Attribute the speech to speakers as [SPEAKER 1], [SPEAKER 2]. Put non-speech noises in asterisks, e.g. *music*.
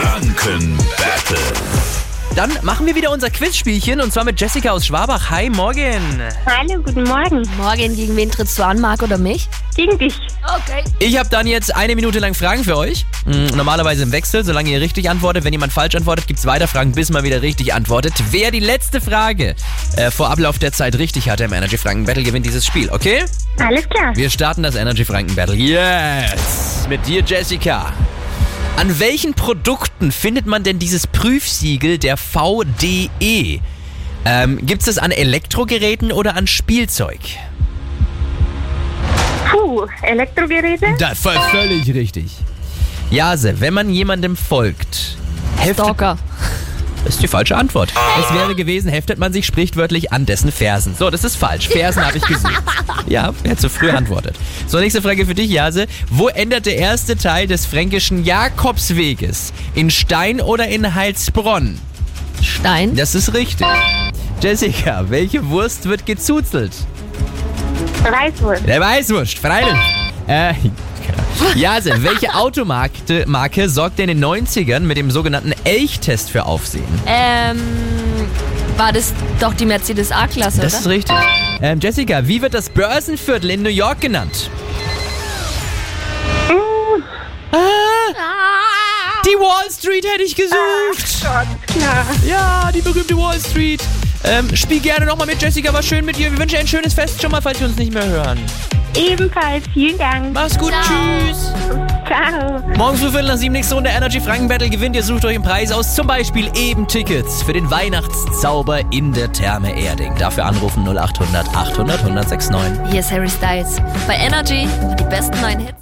[SPEAKER 1] Franken Battle.
[SPEAKER 2] Dann machen wir wieder unser Quizspielchen und zwar mit Jessica aus Schwabach. Hi, morgen.
[SPEAKER 3] Hallo, guten Morgen.
[SPEAKER 4] Morgen, gegen wen trittst du an, Marc oder mich?
[SPEAKER 3] Gegen dich.
[SPEAKER 4] Okay.
[SPEAKER 2] Ich habe dann jetzt eine Minute lang Fragen für euch. Mm, Normalerweise im Wechsel, solange ihr richtig antwortet. Wenn jemand falsch antwortet, gibt's weiter Fragen, bis man wieder richtig antwortet. Wer die letzte Frage äh, vor Ablauf der Zeit richtig hatte im Energy Franken Battle, gewinnt dieses Spiel, okay?
[SPEAKER 3] Alles klar.
[SPEAKER 2] Wir starten das Energy Franken Battle. Yes! Mit dir, Jessica. An welchen Produkten findet man denn dieses Prüfsiegel der VDE? Ähm, Gibt es das an Elektrogeräten oder an Spielzeug?
[SPEAKER 3] Puh, Elektrogeräte?
[SPEAKER 2] Das war völlig richtig. Jase, wenn man jemandem folgt, heftet,
[SPEAKER 4] Stalker.
[SPEAKER 2] das ist die falsche Antwort. Es wäre gewesen, heftet man sich sprichwörtlich an dessen Fersen. So, das ist falsch. Fersen habe ich gesucht. Ja, hättest du früher antwortet. So, nächste Frage für dich, Jase. Wo ändert der erste Teil des fränkischen Jakobsweges? In Stein oder in Heilsbronn?
[SPEAKER 4] Stein.
[SPEAKER 2] Das ist richtig. Jessica, welche Wurst wird gezuzelt?
[SPEAKER 3] Weißwurst.
[SPEAKER 2] Der Weißwurst, freilich. Äh, *laughs* Jase, welche Automarke Marke sorgt in den 90ern mit dem sogenannten Elchtest für Aufsehen?
[SPEAKER 4] Ähm, war das doch die Mercedes A-Klasse,
[SPEAKER 2] Das ist
[SPEAKER 4] oder?
[SPEAKER 2] richtig. Ähm, Jessica, wie wird das Börsenviertel in New York genannt? Ah, die Wall Street hätte ich gesucht.
[SPEAKER 3] Klar.
[SPEAKER 2] Ja, die berühmte Wall Street. Ähm, spiel gerne nochmal mit, Jessica. War schön mit dir. Wir wünschen dir ein schönes Fest schon mal, falls wir uns nicht mehr hören.
[SPEAKER 3] Ebenfalls. Vielen Dank.
[SPEAKER 2] Mach's gut, tschüss.
[SPEAKER 3] Ciao.
[SPEAKER 2] Morgen früh Viertel nach sieben nächste Runde Energy Franken Battle gewinnt. Ihr sucht euch einen Preis aus, zum Beispiel eben Tickets für den Weihnachtszauber in der Therme Erding. Dafür anrufen 0800 800 1069.
[SPEAKER 4] Hier ist Harry Styles. Bei Energy die besten neuen Hits.